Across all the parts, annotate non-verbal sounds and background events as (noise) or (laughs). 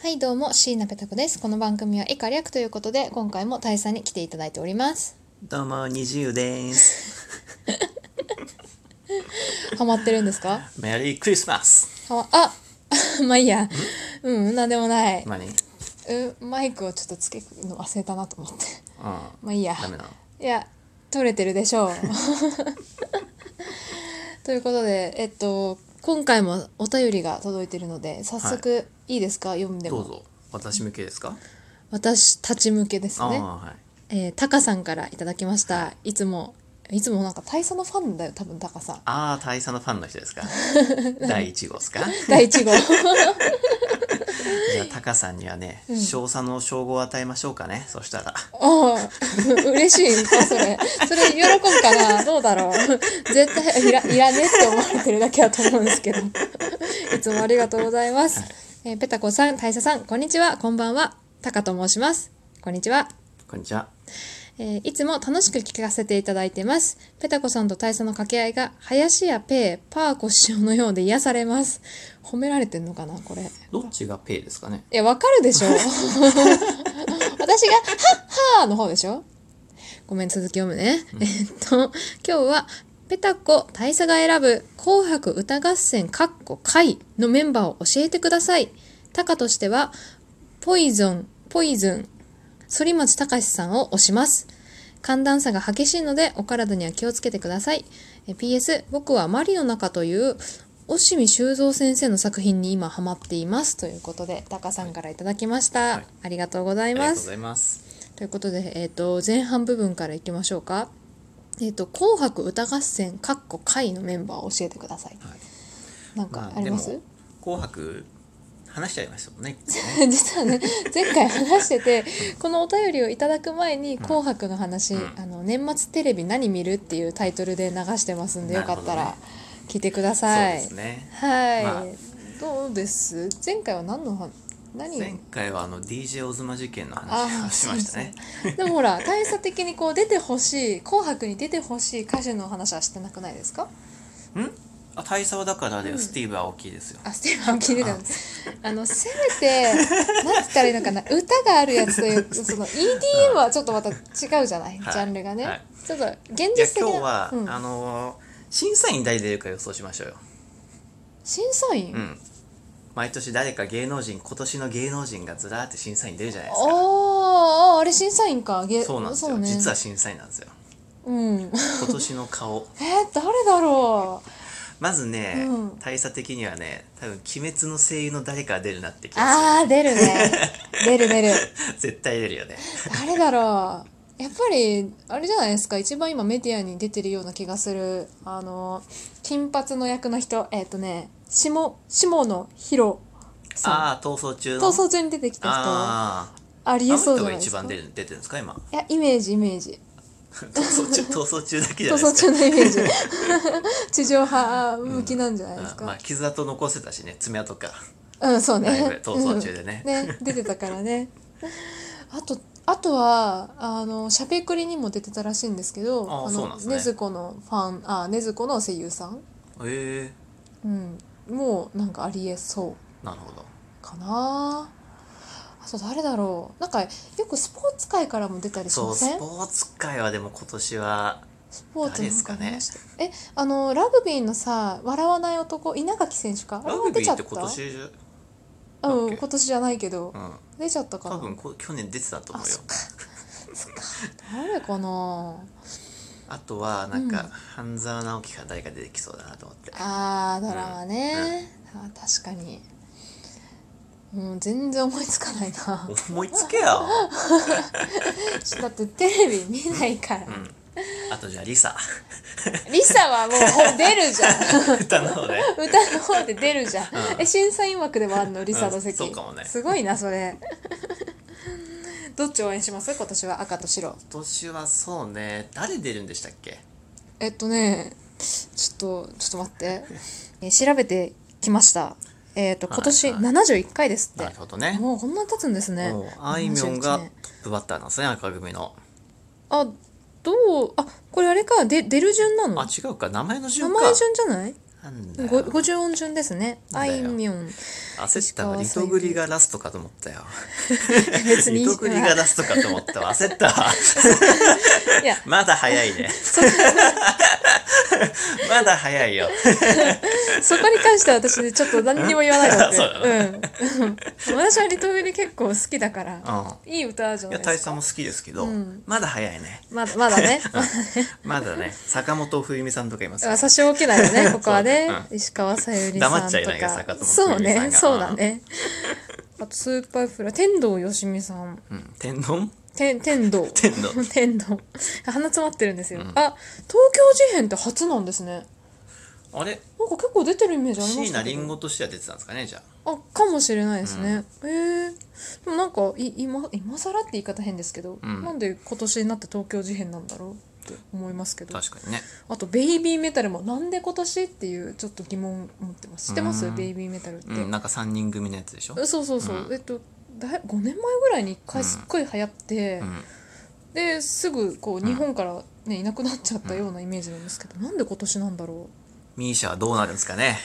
はいどうも椎名ペタ子ですこの番組は以下略ということで今回も大佐に来ていただいておりますどうも、二十です。ハマってるんですかメリークリスマス。ハマあまあ (laughs) いいやうんなんでもない、何？うん。うん、マイクをちょっとつけるの忘れたなと思ってまあいいやダメなの。いや取れてるでし (laughs) ょうということでえっと今回もお便りが届いてるので早速、い、いですか読んでどうもぞ。私向けですか？私たち向けですああねはい。えー、タカさんからいただきましたいつもいつもなんか大佐のファンだよ多分タカさん (laughs) ああ大佐のファンの人ですか？第一号ですか？第1号 (laughs) じゃあタカさんにはね、少佐の称号を与えましょうかね。そしたら。おー (laughs) 嬉しいんかそれそれ喜ぶかなどうだろう (laughs) 絶対いらいらねって思われてるだけだと思うんですけど (laughs) いつもありがとうございます、えーペタコさん大佐さんこんにちはこんばんはタカと申しますこんにちはこんにちは。えーいつも楽しく聞かせていただいてます。ペタコさんと大佐の掛け合いが、林やペー、パーコ師匠のようで癒されます。褒められてんのかな、これ。いどっちがペイですかね？や、わかるでしょ私が、はっはーの方でしょごめん、続き読むね。えっと、今日は、ペタコ大佐が選ぶ紅白歌合戦かっこ会のメンバーを教えてください。タカとしては、ポイズン、ポイズン、反町隆史さんを推します。寒暖差が激しいのでお体には気をつけてください。え PS、僕はマリの中という、押見修造先生の作品に今ハマっています。ということで、タカさんからいただきました。はいありがとうござあいりがとまうごす。ざいます。ということで、えー、と前半部分からいきましょうか。えっ、と「紅白歌合戦」かっこ会のメンバーを教えてください。はい。なんかあります、紅白話しちゃいましたもんね。一個ね (laughs) 実はね前回話しててこのお便りをいただく前に「紅白」の話、あの「年末テレビ何見る?」っていうタイトルで流してますんでよかったならるほ聞いてくだそうさい。ですね。はい、まあどうです前回は何の話何前回はあの DJ オズマ事件の話あをーしましたね。でもほら大佐的にこう出てほしい「紅白」に出てほしい歌手の話はしてなくないですかん？あ大佐はだからあれよスティーブ青木ですよ。あスティーブン聞いてたんですあのせめて何つったらいいのかな歌があるやつと (laughs) いうその EDM はちょっとまた違うじゃない、はいジャンルがね、はいちょっと現じ実ゃ的あな今日は、うんあのー審査員誰出るか予想しましょうよ、審査員、うん、毎年誰か芸能人今年の芸能人がずらーって審査員出るじゃないですかおーあれ審査員かゲそうなんですよ、ね、実は審査員なんですようん、え (laughs) 今年の顔ー (laughs) 誰だろうまずね、うん大佐的にはね多分「鬼滅の声優の誰かが出るなって気があー出るね出る出るする (laughs) 絶対出るよね誰だろうやっぱりあれじゃないですか一番今メディアに出てるような気がするあの金髪の役の人えっ、とね下下野紘さんああー逃走中の逃走中に出てきた人ああありあえのそう人じゃがないで一すか番出る出てるんですか今 (laughs) いやイメージイメージ逃走中逃走中だけじゃ逃ないで走す中のかイメージ地上波向きなんじゃないですうんまあか傷跡残せたしね爪痕かうん、そうだいぶね逃走中でねうんね出てたからね (laughs) あとあとはあのしゃべくりにも出てたらしいんですけどあーそうなのんですねねずこのファンあねずこの声優さんへえうん、もうなんかありえそうなるほどかなあと誰だろうなんかよくスポーツ界からも出たりしそまうせスんポーツ界はでも今年はスポーツ誰ですかねなんありましたえあのラグビーのさ笑わない男稲垣選手かあれラはグ出ビちゃーっってた今年中うんだっけ今年じゃないけど、うん出ちゃったかな多分こ去年出てたと思あうよそっかそっか誰かなあとはなんか、うん半沢直樹か誰か出てきそうだなと思ってあードラマね、あー確かにうん全然思いつかないな思いつけよ、だってテレビ見ないから、うん、あとじゃあ (laughs) リサリサはもう出るじゃ (laughs) ん歌の方ね歌の方で出るじゃん、うんえ審査員枠でもあるのリサの席、うんそうかもねすごいなそれどっち応援します今年は赤と白今年はそうね誰出るんでしたっけえっとねちょっとちょっと待ってえ調べてきましたえっ、とは今い年71回ですって、なるほどねもうこんなに経つんですねもうあいみょん71がト年ップバッターなんですね赤組のあどうあこれあれかで出る順なのあ違うか名前の名順か前順じゃないなんだよご50音順ですね。あだよいみょ (laughs) ん。焦ったわリ石川トグリがラストかと思ったよ別にいリいトグリがか。ラストかと思ったわ焦ったわ (laughs) いや、まだ早いね (laughs) そ、そ (laughs) まだ早いよこに関しては私、ちょっと何にも言わないの (laughs) そうだで。うん。 (laughs) 私はリトグリ結構好きだから、ういい歌じゃいないでや大すか。佐も好きですけど、うんまだ早いねままだ (laughs) ね。まだ (laughs) ね坂本冬美さんとかいますよ差し置けないよ (laughs) ね、ここはねそうだ。石川さゆりさんとか。黙っちゃいないよ坂本そ冬う美さんね、がそうだね。あと、スーパーフライ、天童よしみさん。うん、天丼天、天童。 (laughs) 天童天童。鼻詰まってるんですよ。うんあ、東京事変って初なんですね。あれなんか結構出てるイメージありま椎し名た林けど。檎としては出てたんですかねじゃああ、かもしれないですね。へえでもなんか、い、今、今更って言い方変ですけど、うんなんで今年になって東京事変なんだろうって思いますけど。確かにねあとベイビーメタルもなんで今年っていうちょっと疑問持ってます知ってますうんベイビーメタルって、うんなんか3人組のやつでしょ、そうそうそう、うんえっとだい5年前ぐらいに一回すっごい流行って、うん、ですぐこんう日本から、ね、いなくなっちゃったようなイメージなんですけど、なんで今年なんだろミーシャはどうなるんですかね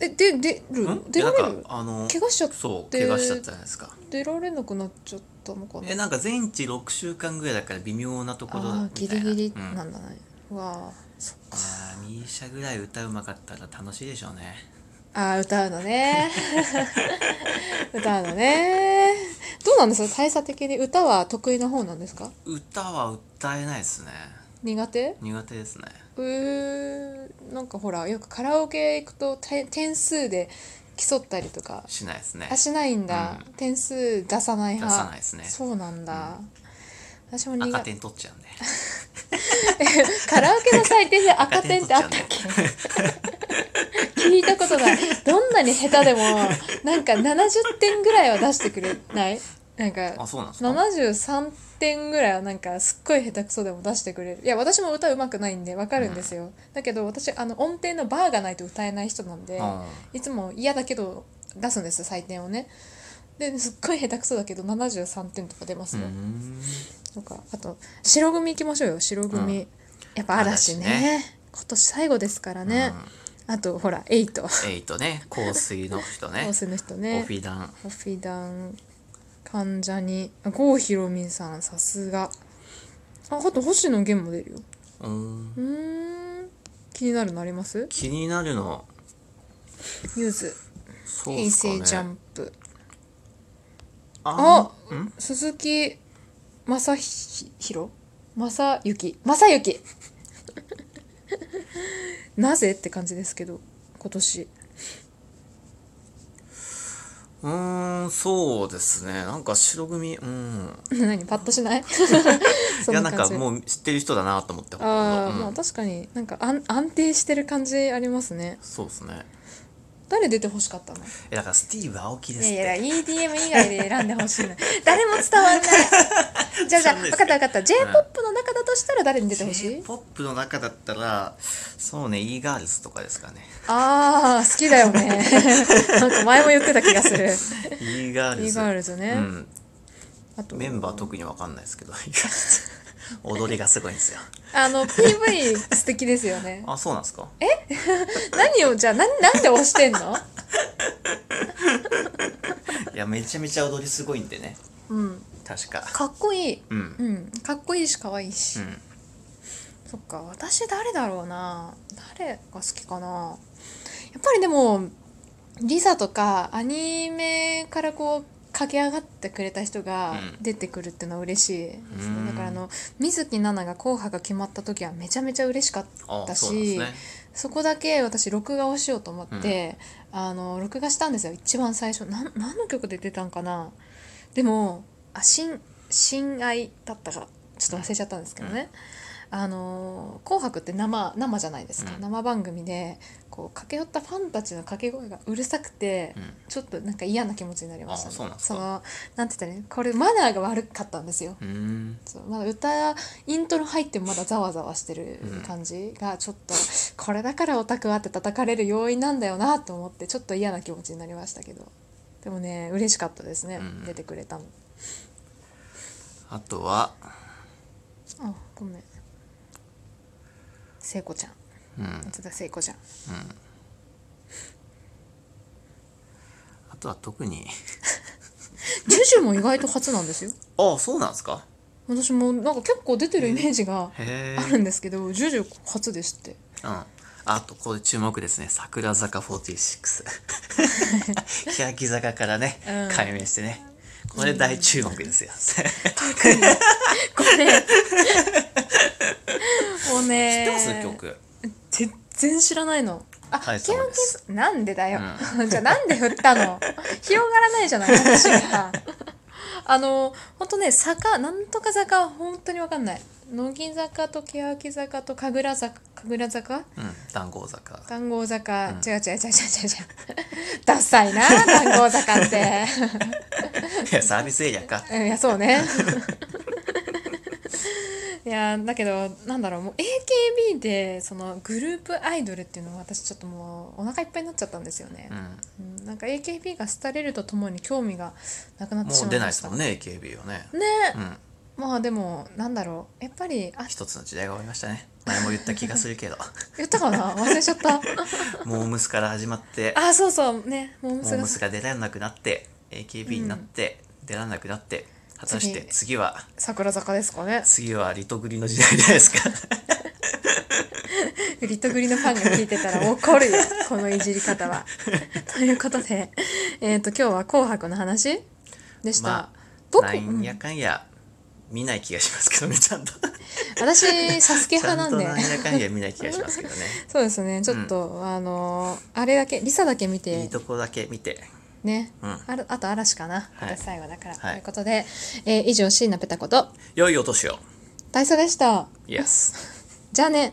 うえで出るん出られいやなんるかあの怪我しちゃってそう怪我しちゃったじゃないですか出られなくなっちゃったのかなえなんか全治6週間ぐらいだから微妙なところみたいなああギリギリうん、なまんだね、うわあそっかあミーシャぐらい歌うまかったら楽しいでしょうねああ歌うの (laughs) ね歌うのねどうなんですか大差的に歌は得意な方なんですか歌は歌えないですね苦手苦手ですねうーなんかほらよくカラオケ行くとて点数で競ったりとかしないですねあしないんだ、う点数出さない出派さないですねそうなんだ、私も赤苦手点取っちゃ (laughs) うんでカラオケの採点で赤点ってあったっ赤け聞いたことないどんなに下手でもなんか70点ぐらいは出してくれないなんかあそうなんですか73点ぐらいはなんかすっごい下手くそでも出してくれるいや私も歌うまくないんでわかるんですよ、だけど私あの音程のバーがないと歌えない人なんで、うんいつも嫌だけど出すんです採点をねですっごい下手くそだけど73点とか出ますうよ、んとかあと白組行きましょうよ白組、うんやっぱ嵐ね嵐今年最後ですからね、あとほらエイトうん、エイトね香水の人ね大勢の人オねフィダンオフィダン関ジャニ郷ひろみさんさすがああと星野源も出るようんうーん気になるのあります気になるのゆず、そう平っすかね成ジャンプあん鈴木正宏正幸正幸 (laughs) なぜって感じですけど今年 (laughs) うーんそうですねなんか白組うん何パッとし (laughs) ないそいやなんかうもう知ってる人だなと思ってほとんどああ、うんまあ確かになんか安安定してる感じありますねそうですね誰出てほしかったのえだからスティーブ・アオキですっいてやいや EDM 以外で選んでほしいの誰も伝 (laughs) わんないじゃあじゃあそう分ですねかった分かった j p o p の中だとしたら誰に出てほしい p o p の中だったらそうね e ガールズとかですかねああ好きだよ (laughs) ねなんか前も言ってた気がする e ガール e ズガールズね、うん、あとメンバー特にわかんないですけど (laughs) E ガールズ踊りがすごいんですよあの PV 素敵ですよね (laughs) あそうなんですか何をじゃあ何なんで押してんのいやめちゃめちゃ踊りすごいんでねうん確かかっこいいうんうんかっこいいし可愛いし、うんそっか私誰だろうな誰が好きかなやっぱりでもリサとかアニメからこう駆け上がってくれた人がうん出てくるってのは嬉しいですね、うんだからあの水木奈々が「紅白」が決まった時はめちゃめちゃ嬉しかったあだしそうなんですねそこだけ私録画をしようと思って、あの録画したんですよ一番最初なん何の曲で出たんかなでも「あ新親愛」だったかちょっと忘れちゃったんですけどね「あの紅白」って生生じゃないですか、うん生番組でこう駆け寄ったファンたちの掛け声がうるさくて、うんちょっとなんか嫌な気持ちになりましたあそうなんですそかのなんて言ったらいいのこれマナーが悪かったんですようーんそうまだ歌イントロ入ってもまだざわざわしてる感じがちょっと、これだからオタクはって叩かれる要因なんだよなと思ってちょっと嫌な気持ちになりましたけどでもね嬉しかったですね、うん出てくれたのあとはあごめん聖子ちゃんうん松田聖子じゃ (laughs) んあとは特にジュジュも意外と初なんですよああそうなんですか私もなんか結構出てるイメージがへえあるんですけどジュジュ初ですってうんあとこれ注目ですね桜坂46 (laughs) 欅坂からねうん改名してねこれ大注目です (laughs) よこ (laughs) れもうね知ってます曲全然知らないのあ、はいケロそうですケロなんでだよ、 (laughs) じゃあなんで振った (laughs) の広がらないじゃない話があのほんとね坂なんとか坂は本当に分かんない乃木坂と欅坂と神楽坂神楽坂うん談合坂談合坂、うん違う違う違う違う違う違うダサいな談合坂っていやサービスエリアかうんいやそうねいやだけどなんだろうもう AKB でそのグループアイドルっていうのは私ちょっともうお腹いっぱいになっちゃったんですよねう、んうんなんか AKB が廃れるとともに興味がなくなってしもまうい出なまいでしすたもんね AKB はねねうんまあでもなんだろうやっぱりあ一つの時代が終わりましたね前も言った気がするけど言ったかな忘れちゃった (laughs) モームスから始まってあそうそうねモーモムスーがムスが出られなくなって AKB になって、出られなくなって果たして次次は桜坂ですかね次はリトグリの時代じゃないですかリトグリのファンが聞いてた (laughs) ら怒るよこのいじり方は。 (laughs) ということで、えー、と今日は「紅白」の話でした。まあ僕なんやかんや見ない気がしますけどねちゃんと私サスケちゃ派んなとんなんでやかんや見ない気がします (laughs) けどねそうですねちょっと、あのーあれだけリサだけ見ていいとこだけ見てね、うんあるあと嵐かな、はい私最後だから、はいということで、えー以上椎名ペタこと良いお年を大佐でしたイエスじゃあね